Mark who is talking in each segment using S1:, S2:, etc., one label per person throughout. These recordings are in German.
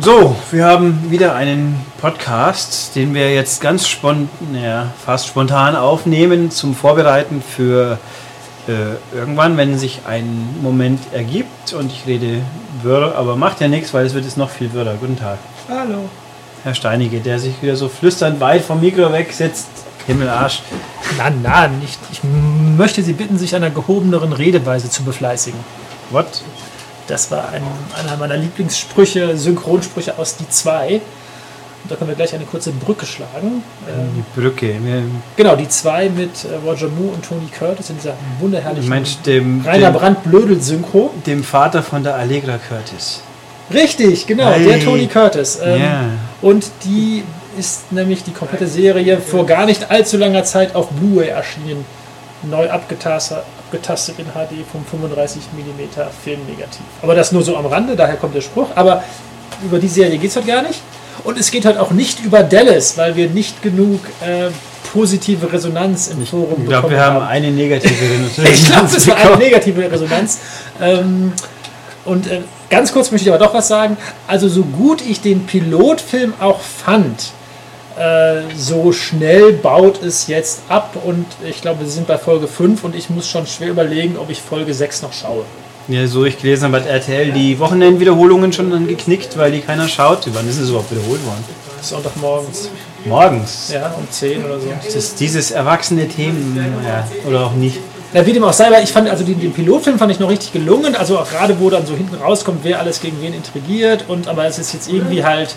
S1: So, wir haben wieder einen Podcast, den wir jetzt ganz spontan, ja, fast spontan aufnehmen zum Vorbereiten für äh, irgendwann, wenn sich ein Moment ergibt und ich rede wirr, aber macht ja nichts, weil es wird jetzt noch viel wirrer. Guten Tag,
S2: Hallo.
S1: Herr Steinige, der sich wieder so flüsternd weit vom Mikro wegsetzt. Himmel Arsch.
S2: Na, na, nicht. Ich möchte Sie bitten, sich einer gehobeneren Redeweise zu befleißigen.
S1: What?
S2: Das war ein, einer meiner Lieblingssprüche, Synchronsprüche aus Die Zwei. Und da können wir gleich eine kurze Brücke schlagen. Ähm,
S1: Die Brücke. Wir-
S2: genau, Die Zwei mit äh, Roger Moore und Tony Curtis in dieser wunderherrlichen
S1: Mensch, dem,
S2: Rainer
S1: dem,
S2: Brandt-Blödel-Synchro.
S1: dem Vater von der Allegra Curtis.
S2: Richtig, genau,
S1: Hey.
S2: der Tony Curtis. Ähm,
S1: Ja.
S2: Und die ist nämlich die komplette Serie vor gar nicht allzu langer Zeit auf Blu-ray erschienen. Neu abgetastet, abgetastet in HD vom 35mm Filmnegativ. Aber das nur so am Rande, daher kommt der Spruch. Aber über die Serie geht es halt gar nicht. Und es geht halt auch nicht über Dallas, weil wir nicht genug äh, positive Resonanz im Forum
S1: Ich glaube,
S2: bekommen
S1: wir haben
S2: haben.
S1: eine negative
S2: Ich glaube, das war eine
S1: bekommen.
S2: negative Resonanz. Ähm, und äh, ganz kurz möchte ich aber doch was sagen. Also so gut ich den Pilotfilm auch fand, äh, so schnell baut es jetzt ab und ich glaube, wir sind bei Folge 5 und ich muss schon schwer überlegen, ob ich Folge 6 noch schaue.
S1: Ja, so ich gelesen habe, hat RTL die Wochenendwiederholungen schon dann geknickt, weil die keiner schaut. Wann ist es überhaupt wiederholt worden?
S2: Sonntagmorgens,
S1: Morgens.
S2: ja, um 10 oder so.
S1: Das ist dieses erwachsene Themen, ja, oder auch nicht.
S2: Na, wie dem auch sei, aber ich fand also den, den Pilotfilm fand ich noch richtig gelungen. Also auch gerade wo dann so hinten rauskommt, wer alles gegen wen intrigiert und aber es ist jetzt irgendwie halt,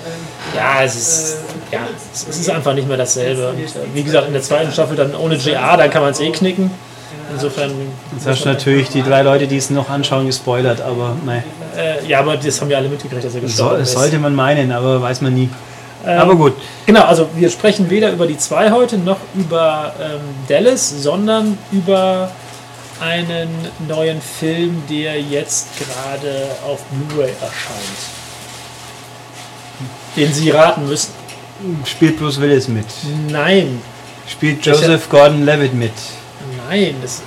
S2: ja, es ist, ja, es es ist einfach nicht mehr dasselbe. Und äh, wie gesagt, in der zweiten Staffel dann ohne GA, dann kann man es eh knicken. Insofern.
S1: Jetzt hast du natürlich die drei Leute, die es noch anschauen, gespoilert, aber nein.
S2: Äh, ja, aber das haben wir alle mitgekriegt, dass er
S1: So,
S2: gestorben
S1: das
S2: ist.
S1: sollte man meinen, aber weiß man nie. aber gut,
S2: Genau, also wir sprechen weder über die zwei heute noch über ähm, Dallas, sondern über einen neuen Film, der jetzt gerade auf Blu-ray erscheint. Den Sie raten müssen.
S1: spielt Bruce Willis mit.
S2: Nein,
S1: Spielt Joseph Gordon-Levitt mit.
S2: nein. Das,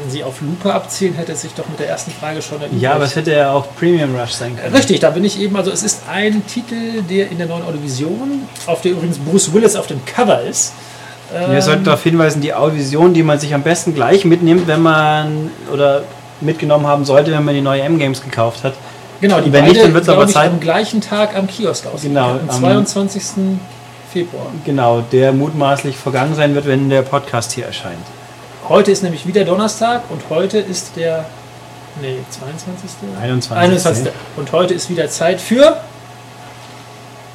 S2: wenn Sie auf Looper abzielen, hätte es sich doch mit der ersten Frage schon erübrigt.
S1: Ja, aber es hätte ja auch Premium Rush sein können.
S2: Richtig, da bin ich eben. Also, es ist ein Titel, der in der neuen Audiovision, auf der übrigens Bruce Willis auf dem Cover ist.
S1: Ihr sollt darauf hinweisen, die Audiovision, die man sich am besten gleich mitnimmt, wenn man oder mitgenommen haben sollte, wenn man die neue M-Games gekauft hat.
S2: Genau, die
S1: Wenn
S2: beide,
S1: nicht, dann wird's aber
S2: glaub ich,
S1: Zeit.
S2: am gleichen Tag am Kiosk aus.
S1: Genau,
S2: Am
S1: am-
S2: 22. Februar.
S1: Genau, der mutmaßlich vergangen sein wird, wenn der Podcast hier erscheint.
S2: Heute ist nämlich wieder Donnerstag und heute ist der. Nee, 22.
S1: 21.
S2: 21. Und heute ist wieder Zeit für.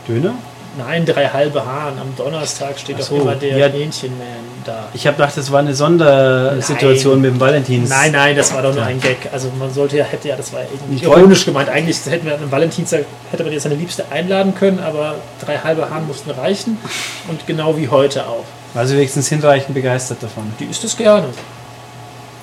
S1: Döner?
S2: Nein, drei halbe Haaren. Am Donnerstag steht
S1: Ach
S2: doch
S1: so,
S2: immer der
S1: ja.
S2: Hähnchenman da.
S1: Ich habe gedacht, das war eine Sondersituation mit dem Valentins.
S2: Nein, nein, das war doch nur ein Gag. Also man sollte ja, hätte ja, das war irgendwie
S1: Ich
S2: ironisch gemeint. Eigentlich hätten wir an einem Valentinstag, hätte man jetzt seine Liebste einladen können, aber drei halbe Haaren mussten reichen. Und genau wie heute
S1: War
S2: auch.
S1: sie Also wenigstens hinreichend begeistert davon.
S2: Die ist es gerne.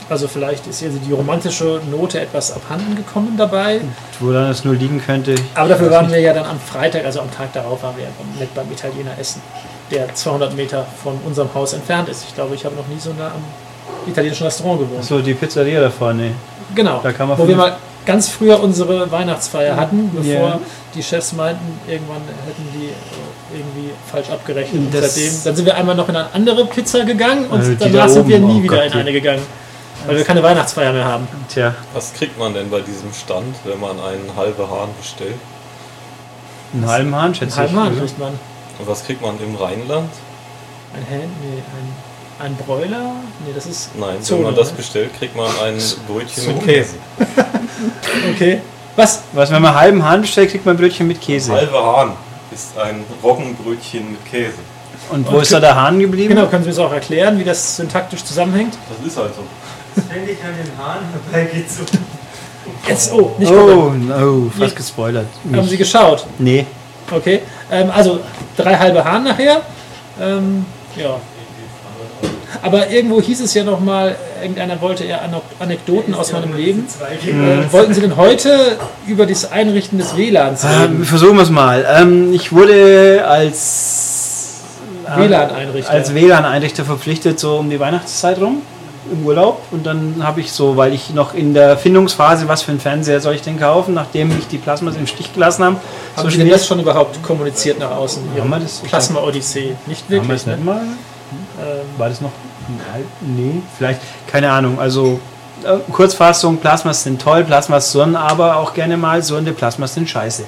S2: Also vielleicht ist ihr die romantische Note etwas abhanden gekommen dabei.
S1: Woran es nur liegen könnte.
S2: Aber dafür waren wir ja dann am Freitag, also am Tag darauf, waren wir ja beim- nett beim Italiener essen, der 200 Meter von unserem Haus entfernt ist. Ich glaube, ich habe noch nie so nah am italienischen Restaurant gewohnt.
S1: So, die Pizzeria da vorne.
S2: Genau,
S1: Da kann man
S2: wo wir
S1: fünf-
S2: mal ganz früher unsere Weihnachtsfeier hatten, bevor
S1: Ja.
S2: die Chefs meinten, irgendwann hätten die äh, irgendwie falsch abgerechnet. Und
S1: Das-
S2: seitdem, dann sind wir einmal noch in eine andere Pizza gegangen und
S1: Also die
S2: danach
S1: da
S2: sind wir
S1: oben,
S2: nie
S1: oh
S2: wieder
S1: Gott,
S2: in
S1: die-
S2: eine gegangen, weil wir keine Weihnachtsfeier mehr haben.
S1: Tja,
S3: Was kriegt man denn bei diesem Stand, wenn man einen halben Hahn bestellt?
S1: einen halben Hahn, schätze
S2: Ein halben
S1: ich.
S2: Hahn kriegt man.
S3: Und was kriegt man im Rheinland?
S2: Ein Hen, nee, ein, ein Broiler? Nee, das ist
S3: Nein,
S2: Zone,
S3: wenn man das
S2: ne?
S3: bestellt, kriegt man ein Brötchen
S1: Zone.
S3: mit Käse.
S2: Okay. Was?
S1: Was, wenn man halben Hahn bestellt, kriegt man Brötchen mit Käse.
S3: Halber Hahn ist ein Roggenbrötchen mit Käse.
S1: Und wo ist da der Hahn geblieben?
S2: Genau, können Sie uns auch erklären, wie das syntaktisch zusammenhängt?
S3: Das ist halt so.
S4: ständig an den Haaren herbeigezogen.
S2: Jetzt, oh, nicht gucken.
S1: Oh, oh, fast
S2: Ja.
S1: gespoilert.
S2: Haben Sie geschaut?
S1: Nee.
S2: Okay. Ähm, also, drei halbe Hahn nachher. Ähm, ja. Aber irgendwo hieß es ja nochmal, irgendeiner wollte eher Ano- Anekdoten aus meinem Leben.
S4: Zwei
S2: Äh, wollten Sie denn heute über das Einrichten des WLANs reden?
S1: Ähm, versuchen wir es mal. Ähm, ich wurde ähm, als
S2: WLAN-Einrichter.
S1: Als WLAN-Einrichter verpflichtet, so um die Weihnachtszeit rum. im Urlaub und dann habe ich so, weil ich noch in der Findungsphase, was für einen Fernseher soll ich denn kaufen, nachdem mich die Plasmas im Stich gelassen haben.
S2: Haben Sie denn das schon überhaupt kommuniziert nach außen?
S1: Haben wir das?
S2: Plasma Odyssee. Nicht
S1: haben wir
S2: wirklich.
S1: es nicht
S2: Ne?
S1: mal? Hm?
S2: Ähm,
S1: War das noch? Nee, vielleicht. Keine Ahnung. Also äh, Kurzfassung, Plasmas sind toll, Plasmas sollen aber auch gerne mal surrende Plasmas sind scheiße.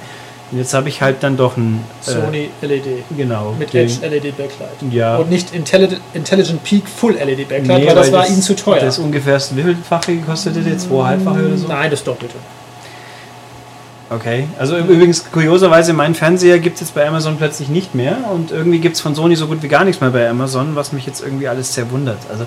S1: Und jetzt habe ich halt dann doch ein äh,
S2: Sony LED.
S1: Genau.
S2: Mit
S1: den-
S2: Edge LED Backlight.
S1: Ja.
S2: Und nicht Intelli Intelligent Peak Full LED Backlight,
S1: Nee,
S2: weil das
S1: weil
S2: war ihnen zu teuer.
S1: Das ungefähr das wievielfache gekostet hätte, zweieinhalbfache oder so.
S2: Nein, das Doppelte.
S1: Okay. Also übrigens, kurioserweise, mein Fernseher gibt es jetzt bei Amazon plötzlich nicht mehr und irgendwie gibt es von Sony so gut wie gar nichts mehr bei Amazon, was mich jetzt irgendwie alles sehr wundert. Also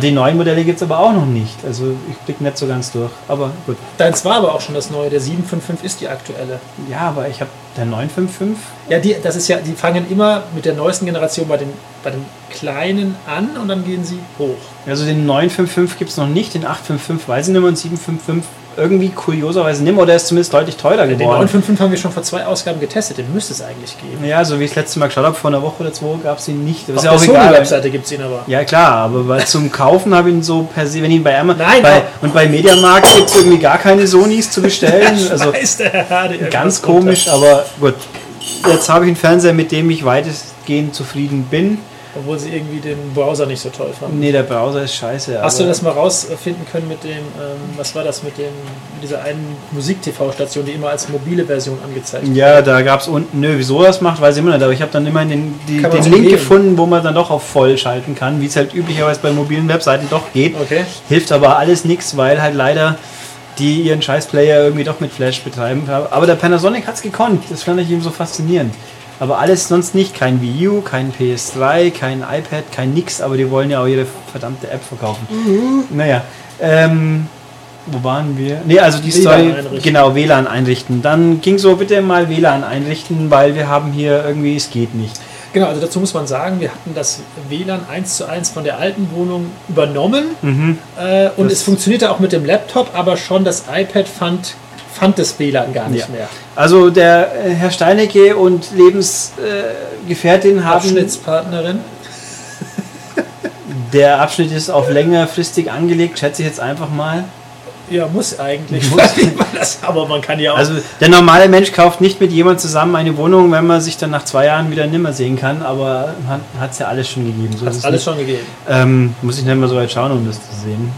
S1: die neuen Modelle gibt es aber auch noch nicht. Also ich blicke nicht so ganz durch. Aber gut.
S2: Deins war aber auch schon das neue. Der 755 ist die aktuelle.
S1: Ja, aber ich habe der 955.
S2: Ja, die, das ist ja, die fangen immer mit der neuesten Generation bei dem, bei dem Kleinen an und dann gehen sie hoch.
S1: Also den 955 gibt es noch nicht, den 855 weiß ich nicht mehr und 755 irgendwie kurioserweise nicht mehr oder ist zumindest deutlich teurer
S2: Den
S1: geworden.
S2: 955 haben wir schon vor zwei Ausgaben getestet, den müsste es eigentlich geben.
S1: Ja, so wie ich das letzte Mal geschaut habe, vor einer Woche oder zwei gab es ihn nicht. Das
S2: Auf
S1: ist ja auch
S2: der
S1: egal.
S2: Sony-Webseite gibt es ihn aber.
S1: Ja klar, aber weil zum Kaufen habe ich ihn so per se, wenn ich ihn bei Amazon
S2: Nein,
S1: bei,
S2: aber-
S1: und bei Mediamarkt gibt es irgendwie gar keine Sonys zu bestellen. also
S2: Weiß der Herr Hade irgendwas
S1: ganz
S2: drunter.
S1: komisch, aber gut. Jetzt habe ich einen Fernseher, mit dem ich weitestgehend zufrieden bin.
S2: Obwohl sie irgendwie den Browser nicht so toll fanden.
S1: Nee, der Browser ist scheiße.
S2: Hast du
S1: aber-
S2: das mal rausfinden können mit dem, ähm, was war das mit dem, mit dieser einen Musik-TV-Station, die immer als mobile Version angezeigt wird?
S1: Ja, da gab es unten, nö, wieso das macht, weiß ich immer nicht, aber ich habe dann immerhin den, die,
S2: Kann man
S1: den
S2: so
S1: Link
S2: wählen.
S1: gefunden, wo man dann doch auf voll schalten kann, wie es halt üblicherweise bei mobilen Webseiten doch geht.
S2: Okay.
S1: Hilft aber alles nichts, weil halt leider die ihren Scheiß-Player irgendwie doch mit Flash betreiben. Aber der Panasonic hat's gekonnt, das fand ich eben so faszinierend. Aber alles sonst nicht, kein Wii U, kein PS3, kein iPad, kein nix, aber die wollen ja auch ihre verdammte App verkaufen.
S2: Mhm.
S1: Naja, ähm, wo waren wir? Ne, also die
S2: WLAN
S1: Story,
S2: einrichten.
S1: genau, WLAN einrichten. Dann ging so, bitte mal WLAN einrichten, weil wir haben hier irgendwie, es geht nicht.
S2: Genau, also dazu muss man sagen, wir hatten das WLAN eins zu eins von der alten Wohnung übernommen äh, und
S1: Mhm. Das-
S2: es funktionierte auch mit dem Laptop, aber schon das iPad fand, fand das WLAN gar nicht
S1: Ja.
S2: mehr.
S1: Also der äh, Herr Steinecke und Lebensgefährtin äh, Gefährtin haben
S2: Abschnittspartnerin.
S1: Der Abschnitt ist auf längerfristig angelegt, schätze ich jetzt einfach mal.
S2: Ja, muss eigentlich.
S1: Muss.
S2: Wie man das- aber man kann ja auch.
S1: Also der normale Mensch kauft nicht mit jemand zusammen eine Wohnung, wenn man sich dann nach zwei Jahren wieder nimmer sehen kann, aber hat es ja alles schon gegeben. So ist
S2: Hat's
S1: es
S2: alles
S1: nicht.
S2: schon gegeben.
S1: Ähm, muss ich nicht mal so weit schauen, um das zu sehen.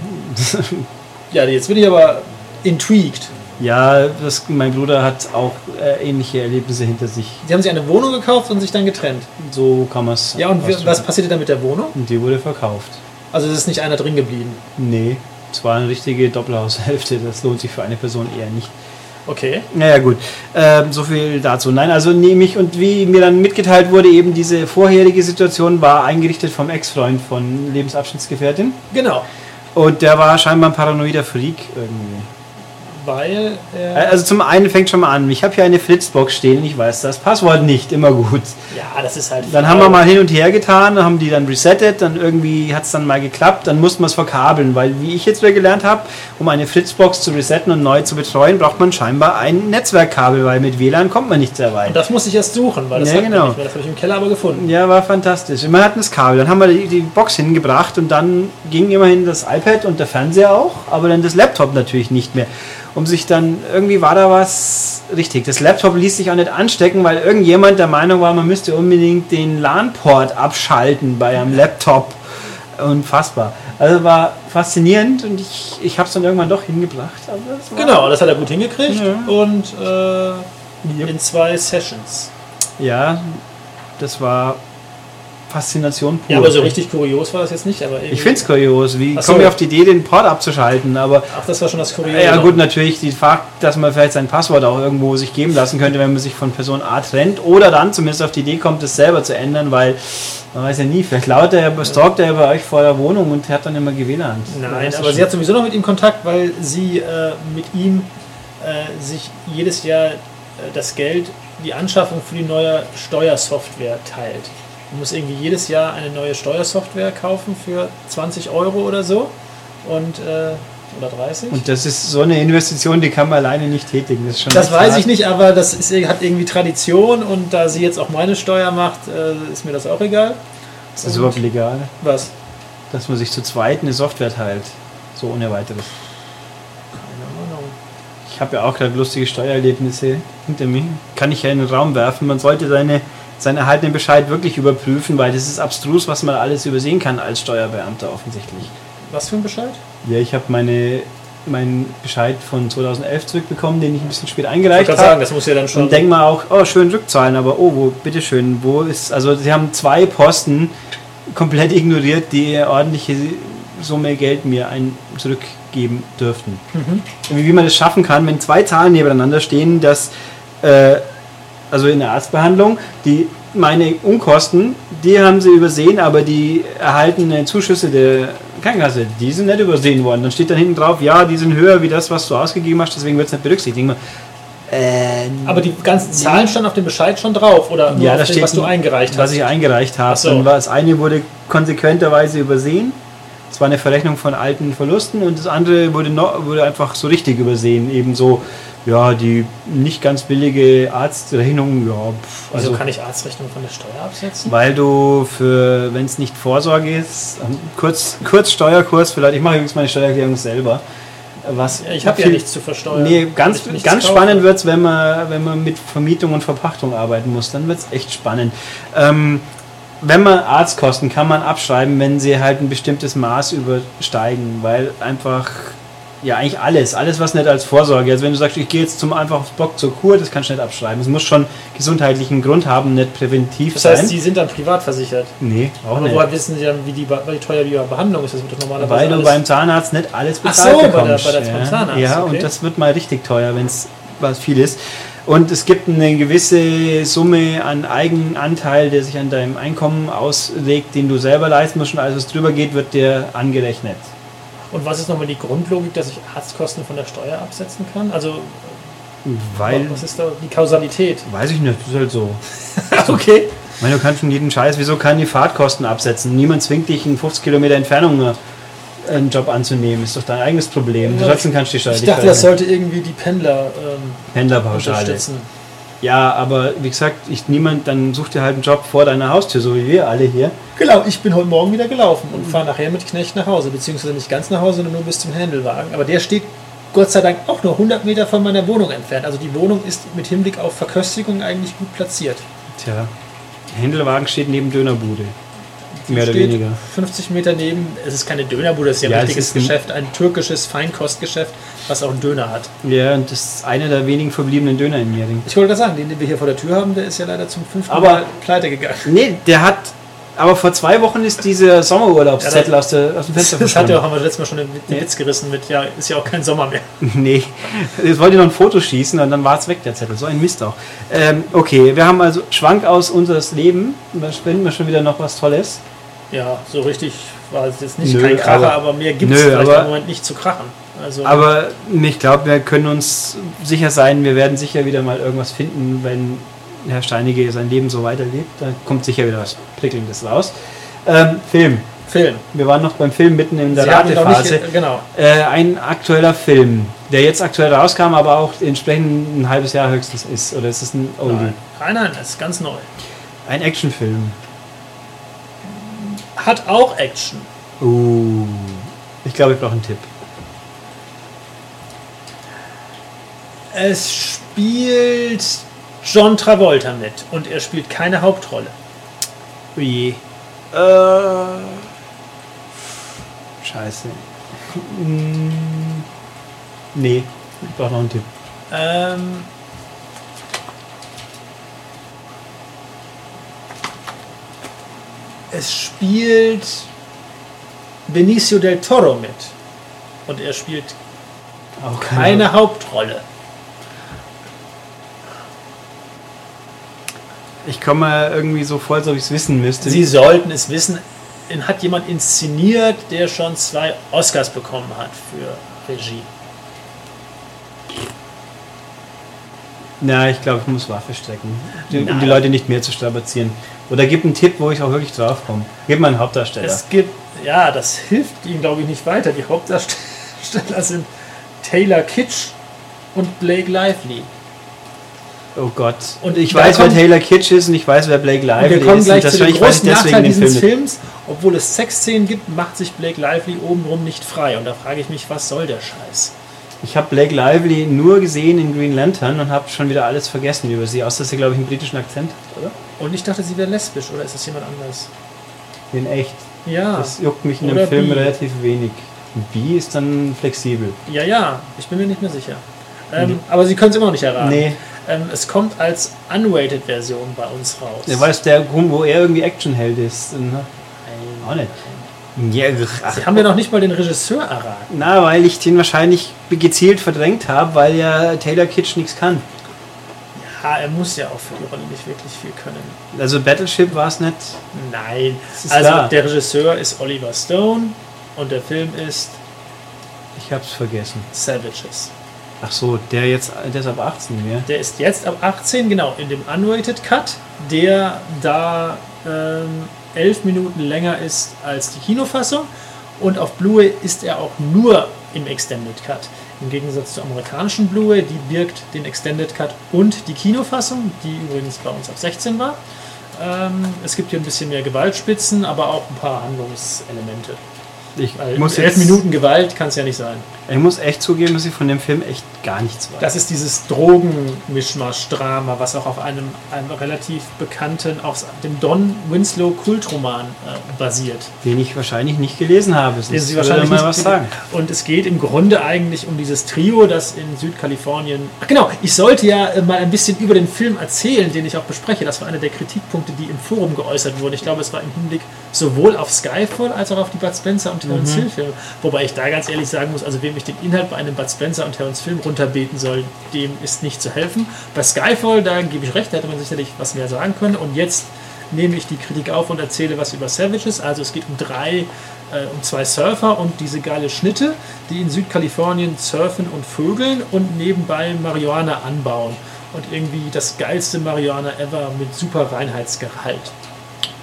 S2: Ja, jetzt bin ich aber intrigued.
S1: Ja, das, mein Bruder hat auch äh, ähnliche Erlebnisse hinter sich.
S2: Sie haben sich eine Wohnung gekauft und sich dann getrennt.
S1: So kann man es.
S2: Ja, und wir, was passierte dann mit der Wohnung?
S1: Die wurde verkauft.
S2: Also es ist nicht einer drin geblieben.
S1: Nee, es war eine richtige Doppelhaushälfte. Das lohnt sich für eine Person eher nicht.
S2: Okay.
S1: Naja, gut. Ähm, so viel dazu. Nein, also nehme ich und wie mir dann mitgeteilt wurde, eben diese vorherige Situation war eingerichtet vom Ex-Freund von Lebensabschnittsgefährtin.
S2: Genau.
S1: Und der war scheinbar ein paranoider Freak irgendwie.
S2: Weil
S1: Äh,
S2: er.
S1: Also zum einen fängt schon mal an, ich habe hier eine Fritzbox stehen, ich weiß das Passwort nicht, immer gut.
S2: ja, das ist halt.
S1: Dann haben wir mal hin und her getan, haben die dann resettet, dann irgendwie hat es dann mal geklappt, dann mussten wir es verkabeln, weil wie ich jetzt wieder gelernt habe, um eine Fritzbox zu resetten und neu zu betreuen, braucht man scheinbar ein Netzwerkkabel, weil mit WLAN kommt man nicht sehr weit.
S2: Und das musste ich erst suchen, weil das
S1: Ja,
S2: hat man
S1: genau.
S2: nicht mehr. Das habe ich im Keller aber gefunden.
S1: Ja, war fantastisch. Immer hatten das Kabel. Dann haben wir die, die Box hingebracht und dann ging immerhin das iPad und der Fernseher auch, aber dann das Laptop natürlich nicht mehr. Um sich dann, irgendwie war da was richtig. Das Laptop ließ sich auch nicht anstecken, weil irgendjemand der Meinung war, man müsste unbedingt den LAN-Port abschalten bei einem Laptop. Unfassbar. Also war faszinierend und ich, ich habe es dann irgendwann doch hingebracht. Aber das war
S2: Genau, das hat er gut hingekriegt.
S1: Ja.
S2: Und äh, in zwei Sessions.
S1: Ja, das war Faszination pur.
S2: Ja, aber so richtig kurios war das jetzt nicht. Aber irgendwie-
S1: Oh, Ich finde es kurios. Wie
S2: Ach
S1: kommen wir
S2: so.
S1: auf die Idee, den Port abzuschalten? Aber
S2: Ach, das war schon das Kuriose.
S1: ja, gut, natürlich die Frage, dass man vielleicht sein Passwort auch irgendwo sich geben lassen könnte, wenn man sich von Person A trennt oder dann zumindest auf die Idee kommt, es selber zu ändern, weil man weiß ja nie, vielleicht lauert er, stalkt er bei euch vor der Wohnung und hat dann immer gewählt.
S2: Nein, aber sie hat sowieso noch mit ihm Kontakt, weil sie äh, mit ihm äh, sich jedes Jahr äh, das Geld, die Anschaffung für die neue Steuersoftware teilt. Man muss irgendwie jedes Jahr eine neue Steuersoftware kaufen für 20 Euro oder so und äh, oder 30.
S1: Und das ist so eine Investition, die kann man alleine nicht tätigen. Das, ist schon
S2: das
S1: echt
S2: weiß
S1: hart.
S2: ich nicht, aber das ist, hat irgendwie Tradition und da sie jetzt auch meine Steuer macht, äh, ist mir das auch egal.
S1: Ist das überhaupt legal?
S2: Was?
S1: dass man sich zu zweit eine Software teilt. So ohne weiteres.
S2: Keine Ahnung.
S1: Ich habe ja auch gerade lustige Steuererlebnisse hinter mir. Kann ich ja in den Raum werfen. Man sollte seine, seinen erhaltenen Bescheid wirklich überprüfen, weil das ist abstrus, was man alles übersehen kann als Steuerbeamter offensichtlich.
S2: Was für ein Bescheid?
S1: Ja, ich habe meine meinen Bescheid von 2011 zurückbekommen, den ich ein bisschen spät
S2: Ich
S1: eingereicht
S2: kann
S1: habe.
S2: sagen, das muss ja dann schon.
S1: Und denk mal auch, oh, schön rückzahlen, aber oh, wo, bitteschön, wo ist, also sie haben zwei Posten komplett ignoriert, die eine ordentliche Summe Geld mir ein, zurückgeben dürften.
S2: Mhm.
S1: Wie man das schaffen kann, wenn zwei Zahlen nebeneinander stehen, dass, äh, also in der Arztbehandlung, die meine Unkosten, die haben sie übersehen, aber die erhaltenen Zuschüsse der Krankenkasse, die sind nicht übersehen worden. Dann steht dann hinten drauf, ja, die sind höher wie das, was du ausgegeben hast, deswegen wird es nicht berücksichtigt. Ich denk mal, äh,
S2: Aber die ganzen Zahlen standen auf dem Bescheid schon drauf, oder? nur
S1: ja,
S2: auf
S1: da
S2: dem,
S1: steht,
S2: was du eingereicht
S1: Was
S2: hast.
S1: ich eingereicht habe.
S2: Ach so.
S1: Dann war das eine wurde konsequenterweise übersehen. Es war eine Verrechnung von alten Verlusten und das andere wurde, noch, wurde einfach so richtig übersehen. Ebenso, ja, die nicht ganz billige Arztrechnung, ja, pf,
S2: Wieso
S1: also,
S2: kann ich Arztrechnung von der Steuer absetzen?
S1: weil du für, wenn es nicht Vorsorge ist, ähm, kurz, kurz Steuerkurs vielleicht, ich mache übrigens meine Steuererklärung selber. Was
S2: Ja, Ich habe ja
S1: viel-
S2: nichts zu versteuern.
S1: Nee, ganz,
S2: Wenn ich nichts
S1: ganz
S2: kaufe.
S1: spannend wird es, wenn man, wenn man mit Vermietung und Verpachtung arbeiten muss. Dann wird es echt spannend. Ähm, wenn man Arztkosten kann man abschreiben, wenn sie halt ein bestimmtes Maß übersteigen, weil einfach ja eigentlich alles, alles was nicht als Vorsorge. Also wenn du sagst, ich gehe jetzt zum einfach aufs Bock zur Kur, das kannst du nicht abschreiben. Es muss schon gesundheitlichen Grund haben, nicht präventiv
S2: Das
S1: sein.
S2: heißt, die sind dann privat versichert.
S1: nee, auch
S2: Aber
S1: nicht.
S2: woher wissen sie dann, wie, die, Be- wie teuer die Behandlung ist? Das wird doch normalerweise
S1: Weil du
S2: alles-
S1: beim Zahnarzt nicht alles
S2: Ach
S1: bezahlt
S2: so, bei der-
S1: bekommst.
S2: bei der- beim Zahnarzt,
S1: ja, ja
S2: okay.
S1: und das wird mal richtig teuer, wenn es was viel ist. Und es gibt eine gewisse Summe an Eigenanteil, der sich an deinem Einkommen auslegt, den du selber leisten musst und alles, was drüber geht, wird dir angerechnet.
S2: Und was ist nochmal die Grundlogik, dass ich Arztkosten von der Steuer absetzen kann? Also,
S1: Weil,
S2: was ist da die Kausalität?
S1: weiß ich nicht, das ist halt so.
S2: okay.
S1: Ich meine, du kannst von jedem Scheiß, wieso kann die Fahrtkosten absetzen? Niemand zwingt dich in 50 Kilometer Entfernung einen Job anzunehmen, ist doch dein eigenes Problem.
S2: Ja,
S1: Trotzdem kannst du die Steuer
S2: Ich
S1: nicht
S2: dachte, das
S1: verrechnen.
S2: sollte irgendwie die Pendler ähm,
S1: Pendlerpauschale.
S2: unterstützen.
S1: Ja, aber wie gesagt, ich, niemand, dann such dir halt einen Job vor deiner Haustür, so wie wir alle hier.
S2: Genau, ich bin heute Morgen wieder gelaufen und fahre nachher mit Knecht nach Hause, beziehungsweise nicht ganz nach Hause, sondern nur bis zum Händelwagen. Aber der steht Gott sei Dank auch nur 100 Meter von meiner Wohnung entfernt. Also die Wohnung ist mit Hinblick auf Verköstigung eigentlich gut platziert.
S1: Tja, der Händelwagen steht neben Dönerbude. Mehr oder
S2: steht
S1: weniger.
S2: 50 Meter neben, es ist keine Dönerbude, es ist ja
S1: Ja,
S2: ein
S1: es
S2: richtiges
S1: ist ein-
S2: Geschäft, ein türkisches Feinkostgeschäft, was auch einen Döner hat.
S1: Ja, und das ist einer der wenigen verbliebenen Döner in Mering.
S2: Ich wollte gerade sagen, den, den wir hier vor der Tür haben, der ist ja leider zum fünften
S1: Aber-
S2: Mal pleite gegangen.
S1: Nee, der hat, aber vor zwei Wochen ist dieser Sommerurlaubszettel aus, der, aus dem
S2: Das,
S1: Fenster
S2: hat ja
S1: verschwunden.
S2: auch, haben wir letztes Mal schon den, den
S1: Ja.
S2: Witz gerissen mit, ja, ist ja auch kein Sommer mehr.
S1: Nee, jetzt wollte ich noch ein Foto schießen und dann war es weg, der Zettel. So ein Mist auch. Ähm, okay, wir haben also Schwank aus unseres Leben. Da finden wir schon wieder noch was Tolles.
S2: Ja, so richtig war es jetzt nicht
S1: Nö,
S2: kein Kracher, aber,
S1: aber-
S2: mehr gibt es
S1: Nö,
S2: vielleicht
S1: aber-
S2: im Moment nicht zu krachen. Also
S1: Aber ich glaube, wir können uns sicher sein, wir werden sicher wieder mal irgendwas finden, wenn Herr Steinige sein Leben so weiterlebt. Da kommt sicher wieder was Prickelndes raus. Ähm, Film.
S2: Film.
S1: Wir waren noch beim Film mitten in der
S2: Sie haben doch
S1: Ratephase.
S2: nicht, genau.
S1: Äh, ein aktueller Film, der jetzt aktuell rauskam, aber auch entsprechend ein halbes Jahr höchstens ist. Oder ist es ein Oldie?
S2: Nein. nein, nein, das ist ganz neu.
S1: Ein Actionfilm.
S2: Hat auch Action.
S1: Uh. Ich glaube, ich brauche einen Tipp.
S2: Es spielt John Travolta mit und er spielt keine Hauptrolle.
S1: Ui. Äh. Scheiße. Mm, Nee, ich brauche noch einen Tipp.
S2: Ähm, es spielt Benicio del Toro mit und er spielt
S1: Auch
S2: keine Hauptrolle.
S1: Ich komme irgendwie so vor, als ob ich es wissen müsste.
S2: Sie sollten es wissen. Ihn hat jemand inszeniert, der schon zwei Oscars bekommen hat für Regie.
S1: Na, ich glaube, ich muss Waffe strecken, die- um die
S2: Nein.
S1: Leute nicht mehr zu strapazieren. Oder gib einen Tipp, wo ich auch wirklich drauf komme. Gib mal einen Hauptdarsteller.
S2: Es gibt, ja, das hilft ihm, glaube ich, nicht weiter. Die Hauptdarsteller sind Taylor Kitsch und Blake Lively.
S1: Oh Gott. Und
S2: Und
S1: ich
S2: da
S1: weiß, wer
S2: kommt-
S1: Taylor Kitsch ist und ich weiß, wer Blake
S2: Und wir
S1: Lively
S2: kommen
S1: ist. Und
S2: gleich
S1: das
S2: zu dem
S1: ich weiß
S2: großen
S1: ich deswegen
S2: Nachteil
S1: den Film
S2: dieses
S1: mit.
S2: Films. Obwohl es Sexszenen gibt, macht sich Blake Lively obenrum nicht frei. Und da frage ich mich, was soll der Scheiß?
S1: Ich habe Blake Lively nur gesehen in Green Lantern und habe schon wieder alles vergessen über sie, außer dass sie, glaube ich, einen britischen Akzent hat, oder?
S2: Und ich dachte, sie wäre lesbisch, oder ist das jemand anders?
S1: In echt.
S2: Ja,
S1: Das juckt mich in dem
S2: Oder
S1: Film
S2: bi.
S1: relativ wenig. Bi ist dann flexibel.
S2: ja, ja, ich bin mir nicht mehr sicher. Ähm, Aber sie können es immer noch nicht erraten.
S1: Mhm. Nee,
S2: Ähm, es kommt als Unrated-Version bei uns raus.
S1: der weiß der Grund, wo er irgendwie Actionheld ist. Ne?
S2: Nein.
S1: Auch nicht. Ja, ach,
S2: Sie haben ja noch nicht mal den Regisseur erraten.
S1: Na, weil ich den wahrscheinlich gezielt verdrängt habe, weil ja Taylor Kitsch nichts kann.
S2: Ja, er muss ja auch für die Rolle nicht wirklich viel können.
S1: Also Battleship war es nicht.
S2: Nein.
S1: ist
S2: Also
S1: klar.
S2: der Regisseur ist Oliver Stone und der Film ist
S1: Ich hab's vergessen.
S2: Savages.
S1: Ach so, der jetzt, der ist ab 18 mehr.
S2: Der ist jetzt ab 18, genau, in dem Unrated Cut, der da ähm, 11 Minuten länger ist als die Kinofassung. Und auf Blu-ray ist er auch nur im Extended Cut. Im Gegensatz zur amerikanischen Blu-ray, die birgt den Extended Cut und die Kinofassung, die übrigens bei uns ab 16 war. Ähm, es gibt hier ein bisschen mehr Gewaltspitzen, aber auch ein paar Handlungselemente.
S1: Ich
S2: Weil
S1: muss
S2: 11
S1: jetzt,
S2: Minuten Gewalt kann es ja nicht sein.
S1: Ich muss echt zugeben, dass ich von dem Film echt gar nichts weiß.
S2: Das ist dieses Drogenmischmasch-Drama, was auch auf einem, einem relativ bekannten, auf dem Don Winslow Kultroman äh, basiert.
S1: Den ich wahrscheinlich nicht gelesen habe. Sonst
S2: Den Sie
S1: würde
S2: wahrscheinlich
S1: er äh, mal
S2: nicht-
S1: was sagen.
S2: Und es geht im Grunde eigentlich um dieses Trio, das in Südkalifornien. Ach genau, ich sollte ja äh, mal ein bisschen über den Film erzählen, den ich auch bespreche. Das war einer der Kritikpunkte, die im Forum geäußert wurden. Ich glaube, es war im Hinblick sowohl auf Skyfall als auch auf die Bud Spencer und
S1: Mhm.
S2: Terence Hill Filme. Wobei ich da ganz ehrlich sagen muss, also wem ich den Inhalt bei einem Bud Spencer und Terence Film runterbeten soll, dem ist nicht zu helfen. Bei Skyfall, da gebe ich recht, da hätte man sicherlich was mehr sagen können. Und jetzt nehme ich die Kritik auf und erzähle was über Savages. Also es geht um drei, äh, um zwei Surfer und diese geile Schnitte, die in Südkalifornien surfen und vögeln und nebenbei Marihuana anbauen. Und irgendwie das geilste Marihuana ever mit super Reinheitsgehalt.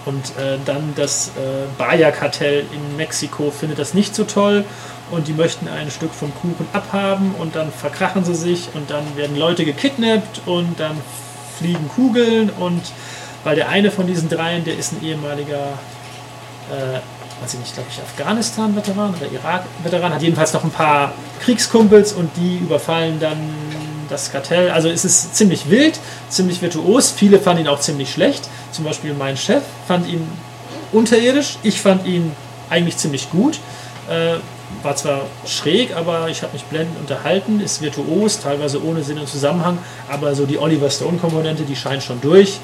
S2: Und äh, dann das äh, Bayer-Kartell in Mexiko findet das nicht so toll und die möchten ein Stück vom Kuchen abhaben und dann verkrachen sie sich und dann werden Leute gekidnappt und dann fliegen Kugeln und weil der eine von diesen dreien, der ist ein ehemaliger, äh, weiß ich nicht, glaube ich, Afghanistan-Veteran oder Irak-Veteran, hat jedenfalls noch ein paar Kriegskumpels und die überfallen dann das Kartell. Also es ist ziemlich wild, ziemlich virtuos. Viele fanden ihn auch ziemlich schlecht. Zum Beispiel mein Chef fand ihn unterirdisch. Ich fand ihn eigentlich ziemlich gut. Äh, war zwar schräg, aber ich habe mich blendend unterhalten, ist virtuos, teilweise ohne Sinn und Zusammenhang, aber so die Oliver Stone-Komponente, die scheint schon durch.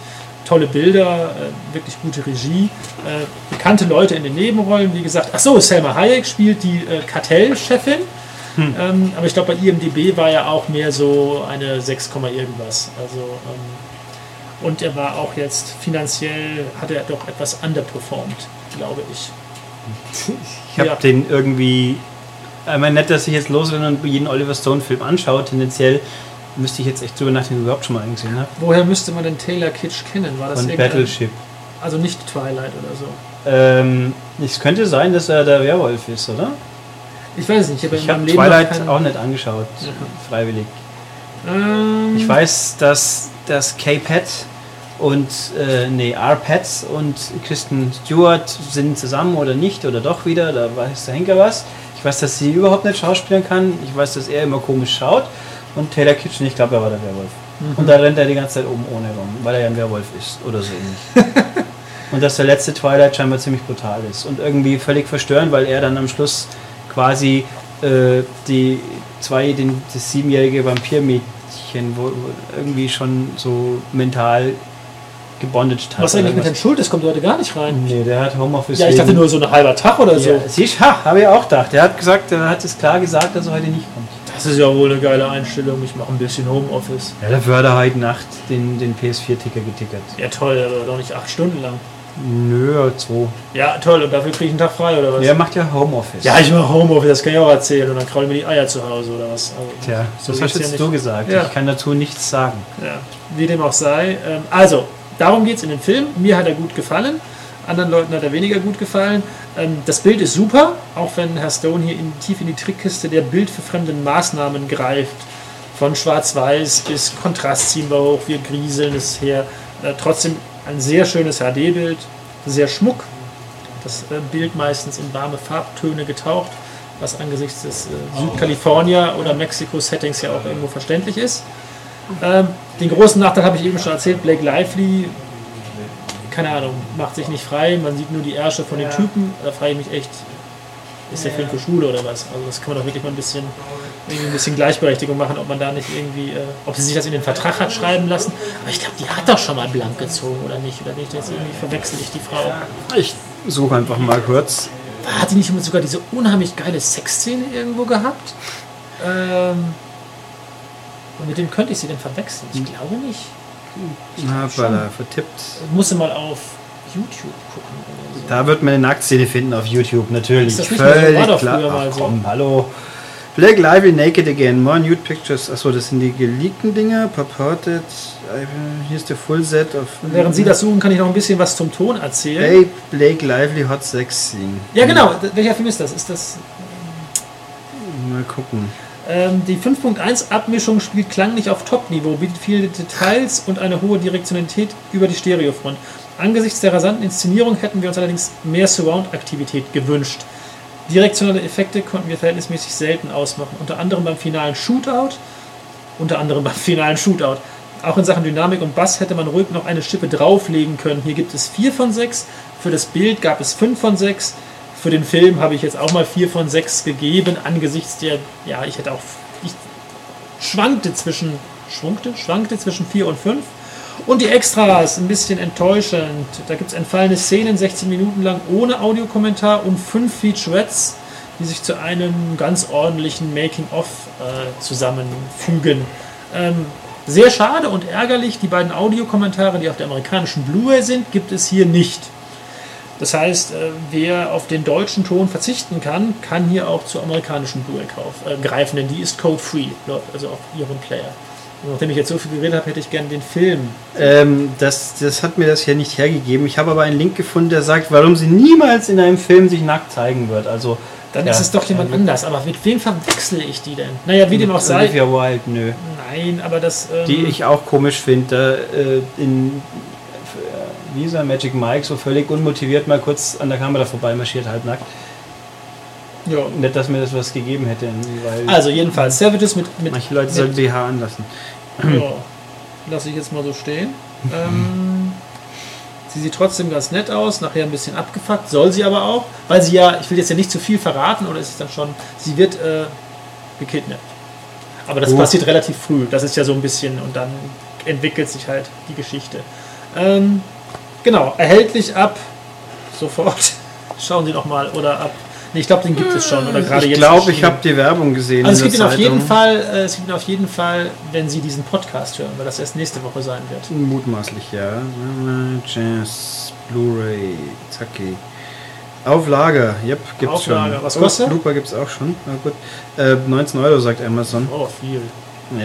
S2: Tolle Bilder, äh, wirklich gute Regie, äh, bekannte Leute in den Nebenrollen, wie gesagt. Ach so, Selma Hayek spielt die äh, Kartellchefin, ähm, aber ich glaube, bei IMDB war ja auch mehr so eine 6, Komma irgendwas. Also, ähm, und er war auch jetzt finanziell, hat er doch etwas underperformed, glaube ich.
S1: Ich habe
S2: Ja.
S1: den irgendwie. Ich meine, nicht, dass ich jetzt los bin und jeden Oliver Stone-Film anschaue. Tendenziell müsste ich jetzt echt drüber nachdenken, ob ich überhaupt schon mal einen gesehen habe.
S2: Woher müsste man denn Taylor Kitsch kennen? War das
S1: Von
S2: irgendein-
S1: Battleship.
S2: Also nicht Twilight oder so.
S1: Ähm, es könnte sein, dass er der Werwolf ist, oder?
S2: Ich weiß es nicht, ich habe in
S1: Ich habe
S2: meinem Leben noch
S1: Twilight
S2: keinen-
S1: auch nicht angeschaut, freiwillig.
S2: Ähm,
S1: Ich weiß, dass, dass K-Pat und, äh, nee, R-Pat und Kristen Stewart sind zusammen oder nicht oder doch wieder, da weiß der Henker was. Ich weiß, dass sie überhaupt nicht schauspielern kann. Ich weiß, dass er immer komisch schaut. Und Taylor Kitchen, ich glaube, er war der Werwolf. Und da rennt er die ganze Zeit oben ohne rum, weil er ja ein Werwolf ist oder so ähnlich. und dass der letzte Twilight scheinbar ziemlich brutal ist und irgendwie völlig verstörend, weil er dann am Schluss quasi äh, die zwei, den, das siebenjährige Vampirmädchen, wo, wo irgendwie schon so mental gebondet hat.
S2: Was eigentlich
S1: oder
S2: mit Herrn Schultes kommt heute gar nicht rein.
S1: Nee, der hat Homeoffice.
S2: Ja, ich dachte
S1: wegen-
S2: nur so ein halber Tag oder so.
S1: Ja, siehst ha, habe ich auch gedacht. Der hat gesagt, er hat es klar gesagt, dass er heute nicht kommt.
S2: Das ist ja wohl eine geile Einstellung. Ich mache ein bisschen Homeoffice.
S1: Ja, dafür hat er heute Nacht den, den PS4-Ticker getickert.
S2: Ja toll, aber doch nicht acht Stunden lang.
S1: Nö, so.
S2: Ja toll, und dafür kriege ich einen Tag frei oder was?
S1: Er macht ja Homeoffice.
S2: Ja, ich mache Homeoffice, das kann ich auch erzählen. Und dann kraulen mir die Eier zu Hause oder was. Also,
S1: Tja,
S2: so
S1: das
S2: geht's
S1: hast
S2: ja
S1: jetzt
S2: nicht.
S1: du gesagt.
S2: Ja.
S1: Ich kann dazu nichts sagen.
S2: Ja, wie dem auch sei. Ähm, also, darum geht es in dem Film. Mir hat er gut gefallen, anderen Leuten hat er weniger gut gefallen. Ähm, das Bild ist super, auch wenn Herr Stone hier in, tief in die Trickkiste der bildverfremden Maßnahmen greift. von Schwarz-Weiß bis Kontrast ziehen wir hoch, wir grieseln es her. Äh, trotzdem ein sehr schönes HD-Bild, sehr schmuck. Das äh, Bild meistens in warme Farbtöne getaucht, was angesichts des äh, Südkalifornier oder Mexiko-Settings ja auch irgendwo verständlich ist. Ähm, den großen Nachteil habe ich eben schon erzählt, Blake Lively, keine Ahnung, macht sich nicht frei, man sieht nur die Ärsche von den
S4: Ja.
S2: Typen, da frage ich mich echt, ist der
S4: Ja.
S2: Film für Schule oder was? Also das kann man doch wirklich mal ein bisschen irgendwie ein bisschen Gleichberechtigung machen, ob man da nicht irgendwie, äh, ob sie sich das in den Vertrag hat schreiben lassen. Aber ich glaube, die hat doch schon mal blank gezogen, oder nicht? Oder nicht? Jetzt irgendwie verwechsel ich die Frau.
S1: Ich suche einfach mal kurz.
S2: Hat die nicht immer sogar diese unheimlich geile Sexszene irgendwo gehabt? Ähm, und mit dem könnte ich sie denn verwechseln? Ich glaube nicht.
S1: Hoppala, vertippt.
S2: Ich musste mal auf YouTube gucken. Oder so.
S1: Da wird man eine Nacktszene finden auf YouTube, natürlich.
S2: Ist das nicht mehr so? War doch früher mal
S1: Ach
S2: so.
S1: komm, hallo. Black Lively Naked Again, More Nude Pictures. Achso, das sind die geleakten Dinger. Purported. I- Hier ist der Full Set of.
S2: Während Sie das suchen, kann ich noch ein bisschen was zum Ton erzählen.
S1: Babe, Blake Lively Hot Sex Scene.
S2: Ja, genau. D- Welcher Film ist das? Ist das
S1: Mal gucken.
S2: Ähm, die 5.1 Abmischung spielt klanglich auf Top-Niveau, bietet viele Details und eine hohe Direktionalität über die Stereofront. Angesichts der rasanten Inszenierung hätten wir uns allerdings mehr Surround-Aktivität gewünscht. Direktionale Effekte konnten wir verhältnismäßig selten ausmachen, unter anderem beim finalen Shootout. Unter anderem beim finalen Shootout. Auch in Sachen Dynamik und Bass hätte man ruhig noch eine Schippe drauflegen können. Hier gibt es 4 von 6, für das Bild gab es 5 von 6, für den Film habe ich jetzt auch mal 4 von 6 gegeben, angesichts der, ja, ich hätte auch, ich schwankte zwischen, schwankte, schwankte zwischen 4 und 5. Und die Extras, ein bisschen enttäuschend. Da gibt es entfallene Szenen, 16 Minuten lang ohne Audiokommentar und 5 Featurettes, die sich zu einem ganz ordentlichen Making-of äh, zusammenfügen. Ähm, sehr schade und ärgerlich, die beiden Audiokommentare, die auf der amerikanischen Blu-ray sind, gibt es hier nicht. Das heißt, äh, wer auf den deutschen Ton verzichten kann, kann hier auch zur amerikanischen Blu-ray kauf- äh, greifen, denn die ist code-free, läuft also auf ihrem Player. Und nachdem ich jetzt so viel geredet habe, hätte ich gerne den Film.
S1: Ähm, das, das hat mir das hier nicht hergegeben. Ich habe aber einen Link gefunden, der sagt, warum sie niemals in einem Film sich nackt zeigen wird. Also,
S2: Dann
S1: Ja,
S2: ist es doch jemand anders. Aber mit wem verwechsel ich die denn? Naja, wie dem auch sei.
S1: Olivia Wilde, nö.
S2: Nein, aber das. Ähm,
S1: Die ich auch komisch finde, da, äh, in äh, wie ist er, Magic Mike so völlig unmotiviert mal kurz an der Kamera vorbeimarschiert, halt nackt.
S2: ja.
S1: Nicht, dass mir das was gegeben hätte, weil
S2: Also, jedenfalls, Savages mit. mit
S1: manche Leute sollten
S2: mit,
S1: BH anlassen.
S2: ja, Lasse ich jetzt mal so stehen. Ähm, sie sieht trotzdem ganz nett aus, nachher ein bisschen abgefuckt, soll sie aber auch, weil sie ja, ich will jetzt ja nicht zu viel verraten, oder ist es dann schon, sie wird äh, gekidnappt. Aber das
S1: Oh.
S2: passiert relativ früh, das ist ja so ein bisschen, und dann entwickelt sich halt die Geschichte. Ähm, genau, erhältlich ab sofort. Schauen Sie doch mal, oder ab. Nee, ich glaube, den gibt es schon, oder gerade
S1: ich
S2: jetzt.
S1: glaube, ich
S2: erschienen.
S1: habe die Werbung gesehen. in
S2: Also es gibt ihn
S1: der
S2: auf
S1: Zeitung.
S2: jeden Fall, äh, es gibt ihn auf jeden Fall, wenn Sie diesen Podcast hören, weil das erst nächste Woche sein wird.
S1: Mutmaßlich, ja. Jazz, Blu-ray, zacki. Auf Lager, yep, gibt's
S2: Auf Lager.
S1: schon.
S2: Was kostet
S1: Oh, Blooper gibt's auch schon. Na gut. Äh, 19 Euro sagt Amazon.
S2: Oh, viel.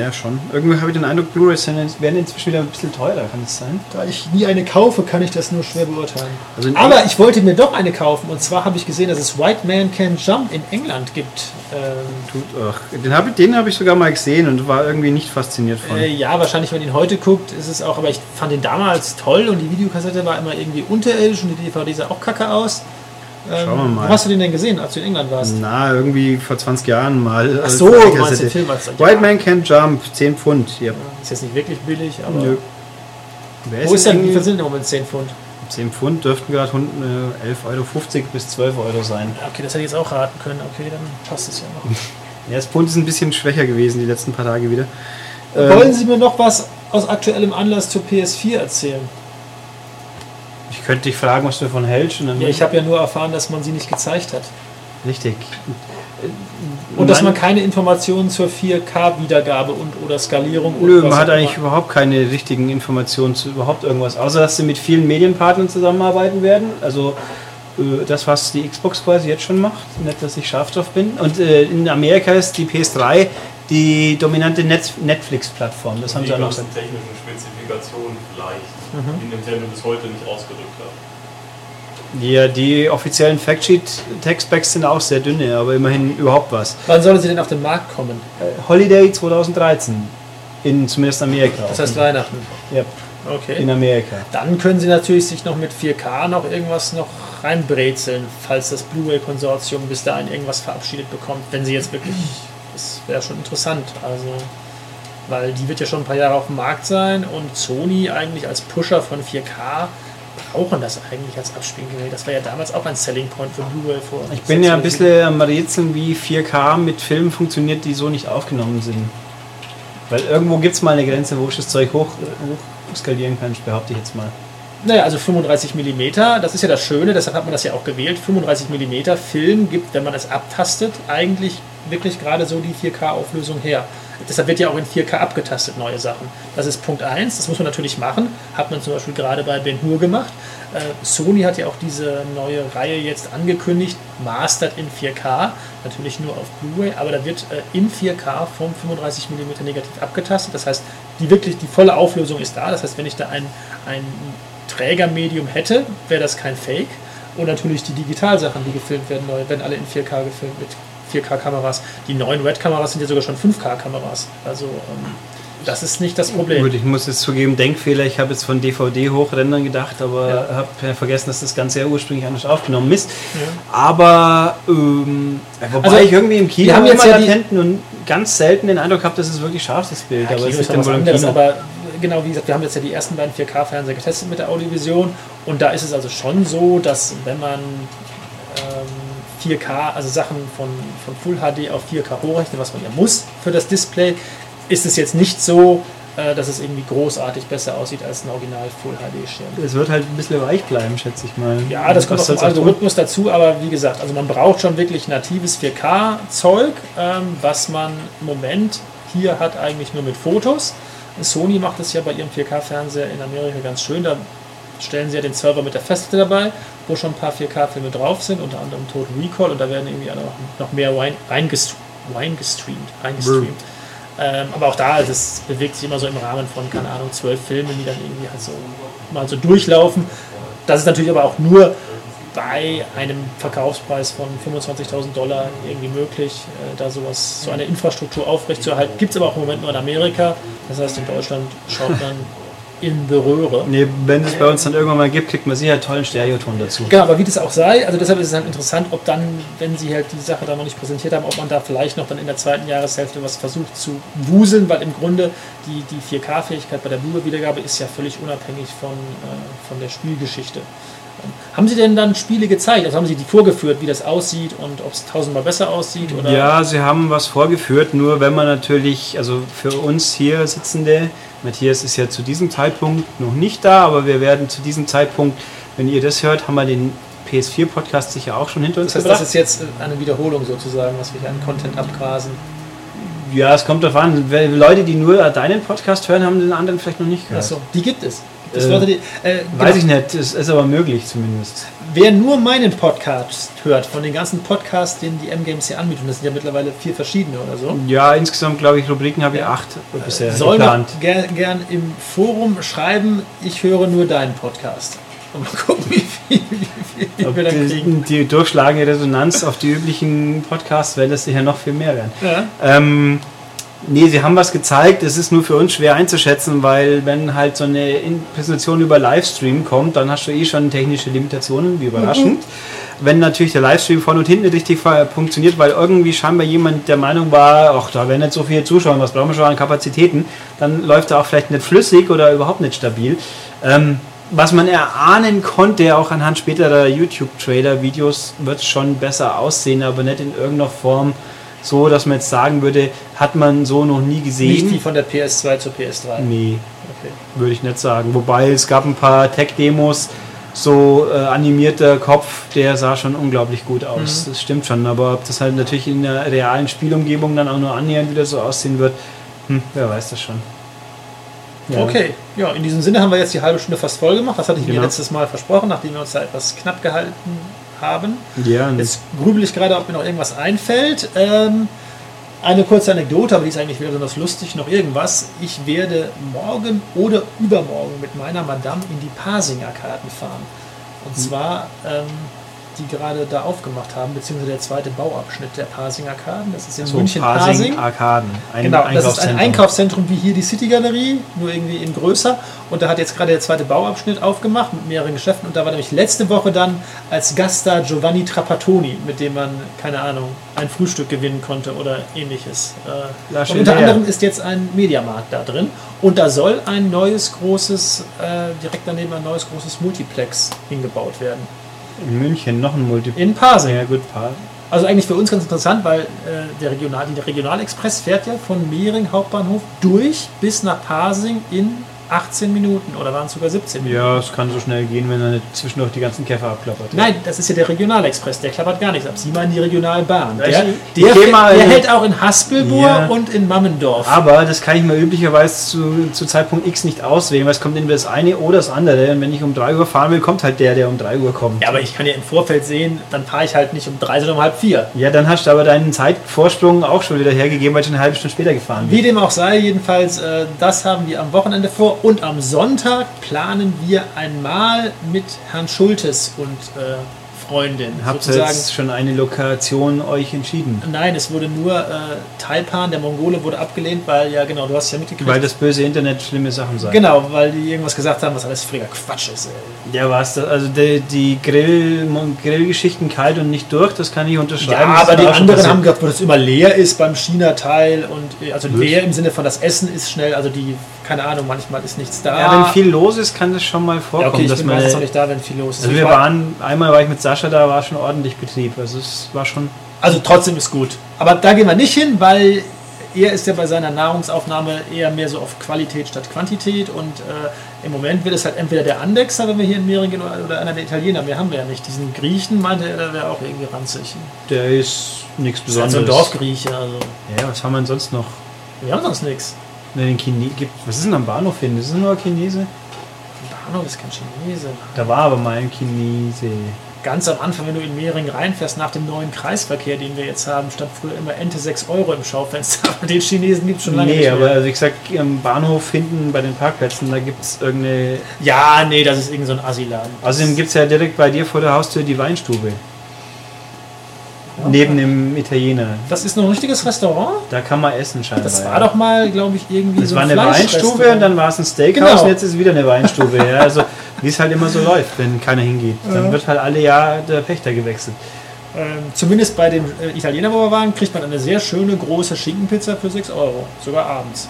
S1: Ja, schon. Irgendwie habe ich den Eindruck, Blu-rays sind- werden inzwischen wieder ein bisschen teurer, kann es sein?
S2: Da ich nie eine kaufe, kann ich das nur schwer beurteilen.
S1: Also in
S2: Aber ich wollte mir doch eine kaufen und zwar habe ich gesehen, dass es White Man Can Jump in England gibt. Ähm,
S1: Tut, ach, den habe ich, den hab ich sogar mal gesehen und war irgendwie nicht fasziniert von.
S2: äh, ja, wahrscheinlich, wenn man ihn heute guckt, ist es auch, aber ich fand ihn damals toll und die Videokassette war immer irgendwie unterirdisch und die DVD sah auch kacke aus. Ähm,
S1: Schauen wir mal.
S2: Wo hast du den denn gesehen, als du in England warst?
S1: Na, irgendwie vor 20 Jahren mal.
S2: Ach
S1: als
S2: so, du meinst
S1: also Kassette.
S2: den Film als
S1: White Man Can't Jump, 10 Pfund. Yep.
S2: Ist jetzt nicht wirklich billig, aber.
S1: Nö. Wer
S2: Wo ist denn,
S1: denn
S2: wie viel
S1: irgendwie-
S2: sind denn im Moment 10 Pfund?
S1: 10 Pfund dürften gerade hund- äh, 11,50 Euro bis 12 Euro sein.
S2: Ja, Okay, das hätte ich jetzt auch raten können. Okay, dann passt es ja noch.
S1: Ja, das Pfund ist ein bisschen schwächer gewesen die letzten paar Tage wieder.
S2: Wollen
S1: Ähm,
S2: Sie mir noch was aus aktuellem Anlass zur PS4 erzählen?
S1: Ähm, ich könnte dich fragen, was du davon hältst. Und dann
S2: Ja, ich habe ja nur erfahren, dass man sie nicht gezeigt hat.
S1: Richtig.
S2: Und dass man
S1: Nein.
S2: keine Informationen zur 4K-Wiedergabe und oder Skalierung und
S1: Nö,
S2: was
S1: man hat
S2: auch immer-
S1: eigentlich überhaupt keine richtigen Informationen zu überhaupt irgendwas, außer dass sie mit vielen Medienpartnern zusammenarbeiten werden. Also äh, das, was die Xbox quasi jetzt schon macht, nicht, dass ich scharf drauf bin. Und äh, in Amerika ist die PS3 die dominante Net Netflix-Plattform. Das haben
S3: Die
S1: sie auch noch
S3: ganzen
S1: gesagt.
S3: technischen Spezifikationen vielleicht, die Nintendo bis heute nicht ausgedrückt hat.
S1: Ja, die offiziellen Factsheet-Textbacks sind auch sehr dünne, aber immerhin überhaupt was.
S2: Wann sollen sie denn auf den Markt kommen?
S1: Äh, Holiday 2013. In zumindest Amerika.
S2: Das heißt Weihnachten.
S1: ja,
S2: Hm. Okay.
S1: in Amerika.
S2: Dann können sie natürlich sich noch mit 4K noch irgendwas noch reinbrezeln, falls das Blu-ray-Konsortium bis dahin irgendwas verabschiedet bekommt, wenn sie jetzt wirklich. Das wäre schon interessant. Also, weil die wird ja schon ein paar Jahre auf dem Markt sein und Sony eigentlich als Pusher von 4K brauchen das eigentlich als Abspielgerät. Das war ja damals auch ein Selling Point für Blu-ray vor.
S1: Ich bin ja ein
S2: sechs
S1: bisschen am Rätseln, wie 4K mit Filmen funktioniert, die so nicht aufgenommen sind. Weil irgendwo gibt es mal eine Grenze, wo ich das Zeug hoch, hoch skalieren kann, behaupte ich jetzt mal.
S2: Naja, also 35 mm, das ist ja das Schöne, deshalb hat man das ja auch gewählt. 35 mm Film gibt, wenn man es abtastet, eigentlich wirklich gerade so die 4K-Auflösung her. Deshalb wird ja auch in 4K abgetastet, neue Sachen. Das ist Punkt 1, das muss man natürlich machen. Hat man zum Beispiel gerade bei Ben Hur gemacht. Äh, Sony hat ja auch diese neue Reihe jetzt angekündigt, Mastered in 4K, natürlich nur auf Blu-ray, aber da wird äh, in 4K vom 35 mm negativ abgetastet. Das heißt, die wirklich die volle Auflösung ist da. Das heißt, wenn ich da ein, ein Trägermedium hätte, wäre das kein Fake. Und natürlich die Digitalsachen, die gefilmt werden, neu, werden alle in 4K gefilmt mit 4K-Kameras. Die neuen Red-Kameras sind ja sogar schon 5K-Kameras. Also ähm, das ist nicht das
S1: Gut,
S2: Problem.
S1: ich muss jetzt zugeben, Denkfehler, ich habe jetzt von DVD hochrendern gedacht, aber habe ja vergessen, dass das Ganze ja ursprünglich anders aufgenommen ist. Aber ähm, wobei
S2: Also,
S1: ich irgendwie im Kino
S2: wir haben jetzt
S1: immer
S2: ja die-
S1: latenten und ganz selten den Eindruck habe, dass es wirklich scharf ist, das Bild.
S2: Ja,
S1: aber
S2: Kino
S1: es
S2: ist
S1: ist
S2: dann
S1: dann
S2: was
S1: wohl im
S2: anderes,
S1: Kino.
S2: aber genau wie gesagt, wir haben jetzt ja die ersten beiden 4K-Fernseher getestet mit der Audiovision und da ist es also schon so, dass wenn man ähm, 4K, also Sachen von, von Full HD auf 4K hochrechnet, was man ja muss für das Display, ist es jetzt nicht so, äh, dass es irgendwie großartig besser aussieht als ein Original Full HD-Schirm.
S1: es wird halt ein bisschen weich bleiben, schätze ich mal.
S2: Ja, das kommt
S1: Was
S2: auch zum
S1: soll's tun?
S2: Algorithmus dazu, aber wie gesagt, also man braucht schon wirklich natives 4K-Zeug, ähm, was man im Moment hier hat eigentlich nur mit Fotos. Sony macht es ja bei ihrem 4K-Fernseher in Amerika ganz schön. Da stellen sie ja den Server mit der Festplatte dabei, wo schon ein paar 4K-Filme drauf sind, unter anderem Total Recall und da werden irgendwie auch noch, noch mehr rein- reingest- reingestreamt. reingestreamt. Ähm, aber auch da, das bewegt sich immer so im Rahmen von, keine Ahnung, zwölf Filmen, die dann irgendwie halt so mal so durchlaufen. Das ist natürlich aber auch nur bei einem Verkaufspreis von 25.000 Dollar irgendwie möglich, äh, da sowas, so eine Infrastruktur aufrechtzuerhalten. Gibt es aber auch im Moment nur in Amerika. Das heißt, in Deutschland schaut man in die Röhre.
S1: Nee, wenn es bei uns dann irgendwann mal gibt, kriegt man sicher einen tollen Stereoton dazu.
S2: Genau, aber wie das auch sei, also deshalb ist es halt interessant, ob dann, wenn sie halt die Sache da noch nicht präsentiert haben, ob man da vielleicht noch dann in der zweiten Jahreshälfte was versucht zu wuseln, weil im Grunde die, die 4K-Fähigkeit bei der Blu-ray-Wiedergabe ist ja völlig unabhängig von, äh, von der Spielgeschichte. Ähm, Haben Sie denn dann Spiele gezeigt? Also haben Sie die vorgeführt, wie das aussieht und ob es tausendmal besser aussieht? Oder?
S1: Ja, sie haben was vorgeführt, nur wenn man natürlich, also für uns hier Sitzende, Matthias ist ja zu diesem Zeitpunkt noch nicht da, aber wir werden zu diesem Zeitpunkt, wenn ihr das hört, haben wir den PS4-Podcast sicher auch schon hinter uns
S2: Das heißt, das
S1: gebracht.
S2: ist jetzt äh, eine Wiederholung sozusagen, was wir hier an Content abgrasen.
S1: ja, es kommt darauf an. Weil Leute, die nur deinen Podcast hören, haben den anderen vielleicht noch nicht gehört.
S2: Achso, die gibt es. Gibt es
S1: Äh,
S2: Leute, die, äh,
S1: Weiß ich nicht, es ist aber möglich zumindest.
S2: Wer nur meinen Podcast hört, von den ganzen Podcasts, den die M-Games hier anbieten, das sind ja mittlerweile vier verschiedene oder so,
S1: Ja, insgesamt glaube ich, Rubriken habe ich
S2: Ja.
S1: acht bisher
S2: soll
S1: geplant.
S2: noch ger gern im Forum schreiben, ich höre nur deinen Podcast. Und mal gucken, wie viel, wie viel
S1: Ob
S2: wir dann kriegen.
S1: die, die durchschlagende Resonanz auf die üblichen Podcasts wäre das sicher noch viel mehr werden.
S2: Ja.
S1: Ähm, nee, sie haben was gezeigt. Es ist nur für uns schwer einzuschätzen, weil wenn halt so eine In- Präsentation über Livestream kommt, dann hast du eh schon technische Limitationen, wie überraschend. Wenn natürlich der Livestream vorne und hinten nicht richtig ver- funktioniert, weil irgendwie scheinbar jemand der Meinung war, ach, da werden nicht so viele Zuschauer, was brauchen wir schon an Kapazitäten, dann läuft er auch vielleicht nicht flüssig oder überhaupt nicht stabil. Ähm, was man erahnen konnte, auch anhand späterer YouTube-Trailer-Videos, wird es schon besser aussehen, aber nicht in irgendeiner Form so, dass man jetzt sagen würde, hat man so noch nie
S2: Nicht wie
S1: gesehen.
S2: von der PS2 zur PS3.
S1: Nee,
S2: Okay.
S1: würde ich nicht sagen. Wobei es gab ein paar Tech-Demos, so äh, animierter Kopf, der sah schon unglaublich gut
S2: Mhm.
S1: aus. Das stimmt schon, aber ob das halt natürlich in der realen Spielumgebung dann auch nur annähernd wieder so aussehen wird, hm, wer weiß das schon. Ja.
S2: Okay, ja, in diesem Sinne haben wir jetzt die halbe Stunde fast voll gemacht. Das hatte ich mir
S1: Genau.
S2: letztes Mal versprochen, nachdem wir uns da etwas knapp gehalten haben.
S1: Ja, und
S2: Jetzt grübel ich gerade, ob mir noch irgendwas einfällt. Ähm, eine kurze Anekdote, aber die ist eigentlich wieder besonders lustig. Noch irgendwas. Ich werde morgen oder übermorgen mit meiner Madame in die Pasinger Karten fahren. Und zwar ähm, die gerade da aufgemacht haben, beziehungsweise der zweite Bauabschnitt der Pasinger Arkaden. Das ist in
S1: So,
S2: München-Pasing.
S1: Arkaden. Ein
S2: Genau, das ist ein
S1: Einkaufszentrum.
S2: Einkaufszentrum wie hier die City Galerie, nur irgendwie in größer. Und da hat jetzt gerade der zweite Bauabschnitt aufgemacht mit mehreren Geschäften. Und da war nämlich letzte Woche dann als Gast da Giovanni Trapattoni, mit dem man, keine Ahnung, ein Frühstück gewinnen konnte oder ähnliches. Äh,
S1: Lasch
S2: und unter
S1: hinterher.
S2: anderem ist jetzt ein Mediamarkt da drin. Und da soll ein neues großes, äh, direkt daneben ein neues großes Multiplex hingebaut werden.
S1: In München noch ein Multiple.
S2: In Pasing.
S1: Ja, gut, Paar.
S2: Also eigentlich für uns ganz interessant, weil äh, der, Regional, der Regionalexpress fährt ja von Mehring Hauptbahnhof durch bis nach Pasing in 18 Minuten oder waren es sogar 17 Minuten.
S1: Ja, es kann so schnell gehen, wenn er nicht zwischendurch die ganzen Käfer abklappert.
S2: Nein, das ist ja der Regionalexpress, der klappert gar nichts ab. Sieh mal in die Regionalbahn.
S1: Ich-
S2: Der,
S1: ich
S2: der,
S1: geh mal-
S2: der hält auch in Haspelbohr
S1: Ja.
S2: und in Mammendorf.
S1: Aber das kann ich mir üblicherweise zu, zu Zeitpunkt X nicht auswählen, weil es kommt entweder das eine oder das andere. Und wenn ich um 3 Uhr fahren will, kommt halt der, der um 3 Uhr kommt.
S2: Ja, aber ich kann ja im Vorfeld sehen, dann fahre ich halt nicht um drei, sondern um halb vier.
S1: Ja, dann hast du aber deinen Zeitvorsprung auch schon wieder hergegeben, weil du schon eine halbe Stunde später gefahren bist.
S2: Wie dem auch sei, jedenfalls, äh, das haben wir am Wochenende vor. Und am Sonntag planen wir einmal mit Herrn Schultes und äh, Freundin
S1: Habt ihr
S2: sozusagen.
S1: jetzt schon eine Lokation euch entschieden?
S2: Nein, es wurde nur äh, Taipan, der Mongole, wurde abgelehnt, weil ja genau, du hast es ja mitgekriegt.
S1: Weil das böse Internet schlimme Sachen sagt.
S2: genau, weil die irgendwas gesagt haben, was alles völliger Quatsch ist. Ey.
S1: Ja, was das? Also die, die Grill, Mon- Grillgeschichten kalt und nicht durch, das kann ich
S2: Ja,
S1: unterschreiben. Das
S2: aber
S1: ist
S2: die
S1: auch schon
S2: anderen haben
S1: passiert.
S2: gesagt, wo das immer leer ist beim China-Teil und äh, also
S1: Blöd.
S2: leer im Sinne von das Essen ist schnell, also die, keine Ahnung, manchmal ist nichts da.
S1: Ja, wenn viel los ist, kann das schon mal
S2: ja,
S1: vorkommen,
S2: okay, ich
S1: dass
S2: bin
S1: man.
S2: meistens auch nicht da, wenn viel los ist.
S1: Also
S2: Ich
S1: wir
S2: war-
S1: waren, einmal war ich mit Sascha da, war schon ordentlich Betrieb. Also es war schon.
S2: Also trotzdem ist gut. Aber da gehen wir nicht hin, weil er ist ja bei seiner Nahrungsaufnahme eher mehr so auf Qualität statt Quantität. Und äh, im Moment wird es halt entweder der Andexer, wenn wir hier in Mehring gehen, oder, oder einer der Italiener. Mehr haben wir ja nicht. Diesen Griechen meinte er, der wäre auch irgendwie ranzig.
S1: Der ist nichts
S2: Das ist halt
S1: Besonderes.
S2: so ein Dorfgrieche. Also.
S1: Ja, was haben wir denn sonst noch?
S2: Wir haben sonst nichts.
S1: Wenn den Chine gibt, was ist denn am Bahnhof hin? Ist es nur ein Chinese?
S2: Bahnhof ist kein Chinese.
S1: Da war aber mal ein Chinese.
S2: Ganz am Anfang, wenn du in Mehring reinfährst, nach dem neuen Kreisverkehr, den wir jetzt haben, stand früher immer Ente 6 Euro im Schaufenster. Aber den Chinesen gibt es schon lange
S1: Nee,
S2: nicht mehr.
S1: aber also ich sag, am Bahnhof hinten bei den Parkplätzen, da gibt es irgendeine.
S2: ja, nee, das ist irgend so ein Asilan.
S1: Außerdem gibt es ja direkt bei dir vor der Haustür die Weinstube. Neben dem Italiener.
S2: Das ist noch ein richtiges Restaurant?
S1: Da kann man essen scheinbar.
S2: Das
S1: ja.
S2: war doch mal, glaube ich, irgendwie
S1: Das
S2: so
S1: war
S2: ein
S1: eine Weinstube
S2: Fleischrestaurant.
S1: und dann war es ein Steakhouse
S2: Genau.
S1: und jetzt ist wieder eine Weinstube. Ja, also wie es halt immer so läuft, wenn keiner hingeht. Dann wird halt alle Jahr der Pächter gewechselt.
S2: ähm, zumindest bei dem äh, Italiener, wo wir waren, kriegt man eine sehr schöne große Schinkenpizza für 6 Euro, sogar abends.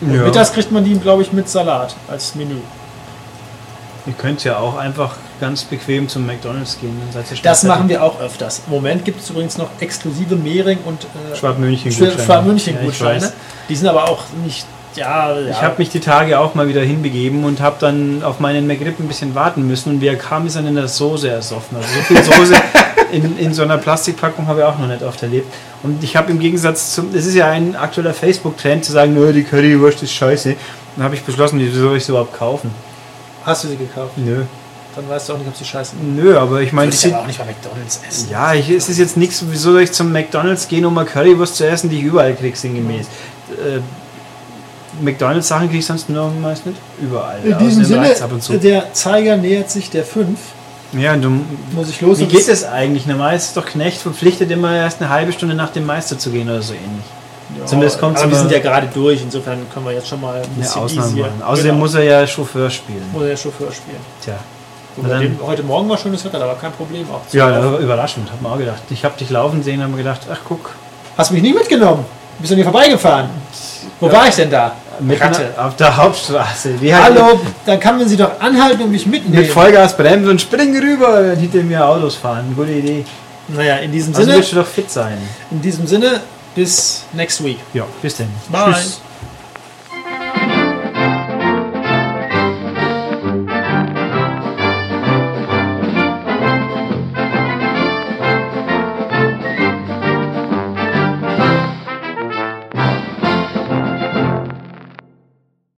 S2: Und
S1: Ja.
S2: mittags kriegt man die, glaube ich, mit Salat als Menü.
S1: Ihr könnt ja auch einfach ganz bequem zum McDonalds gehen. Dann seid ihr schon
S2: Das
S1: fertig.
S2: machen wir auch öfters. Im Moment gibt es übrigens noch exklusive Mehring und äh,
S1: Schwab-München
S2: Schwab-München-Gutscheine.
S1: Ja, ich weiß.
S2: die sind aber auch nicht, ja, ja.
S1: ich habe mich die Tage auch mal wieder hinbegeben und habe dann auf meinen McRib ein bisschen warten müssen und wie er kam, ist er in der Soße ersoffen. Also so viel Soße in, in so einer Plastikpackung habe ich auch noch nicht oft erlebt. Und ich habe im Gegensatz zum, es ist ja ein aktueller Facebook-Trend zu sagen, nö, die Currywurst ist scheiße. Dann habe ich beschlossen, die soll ich sie überhaupt kaufen.
S2: Hast du sie gekauft?
S1: Nö.
S2: Dann weißt du auch nicht, ob sie scheiße ist.
S1: Nö, aber ich meine,
S2: Würdest du aber auch nicht bei McDonalds essen.
S1: ja, ich, es ist jetzt nichts, wieso soll ich zum McDonalds gehen, um mal Currywurst zu essen, die ich überall krieg, sinngemäß. Äh, McDonalds-Sachen kriege ich sonst normalerweise nicht überall.
S2: In
S1: aber
S2: diesem
S1: es reizt
S2: Sinne, äh,
S1: ab und zu.
S2: der Zeiger nähert sich der 5.
S1: Ja, du,
S2: Muss ich los?
S1: wie
S2: und
S1: geht das eigentlich? Normalerweise ist doch Knecht verpflichtet, immer erst eine halbe Stunde nach dem Meister zu gehen oder so ähnlich.
S2: Ja,
S1: Zumindest kommt's
S2: aber wir
S1: immer-
S2: sind ja gerade durch, insofern können wir jetzt schon mal ein
S1: Eine
S2: bisschen
S1: Ausnahme
S2: easier.
S1: machen. Außerdem
S2: Genau.
S1: muss er ja Chauffeur spielen.
S2: muss er ja Chauffeur spielen.
S1: Tja.
S2: Wobei
S1: dann-
S2: dem- heute Morgen war schönes Wetter, da war kein Problem auch. zu
S1: Ja, ne?
S2: laufen.
S1: das war überraschend, hab mir auch gedacht. Ich hab dich laufen sehen und hab mir gedacht, ach guck,
S2: Hast mich nicht mitgenommen? Bist du an mir vorbeigefahren? Wo war ich denn da? Ratte.
S1: auf der Hauptstraße. Wie halt-
S2: Hallo, dann kann man sie doch anhalten und mich mitnehmen.
S1: Mit Vollgas bremsen und springen rüber, wenn hinter mir Autos fahren. Gute Idee.
S2: naja, in diesem
S1: Also
S2: Sinne,
S1: willst du doch fit sein.
S2: in diesem Sinne, bis next week.
S1: Ja, bis denn.
S2: Bye.
S1: Tschüss.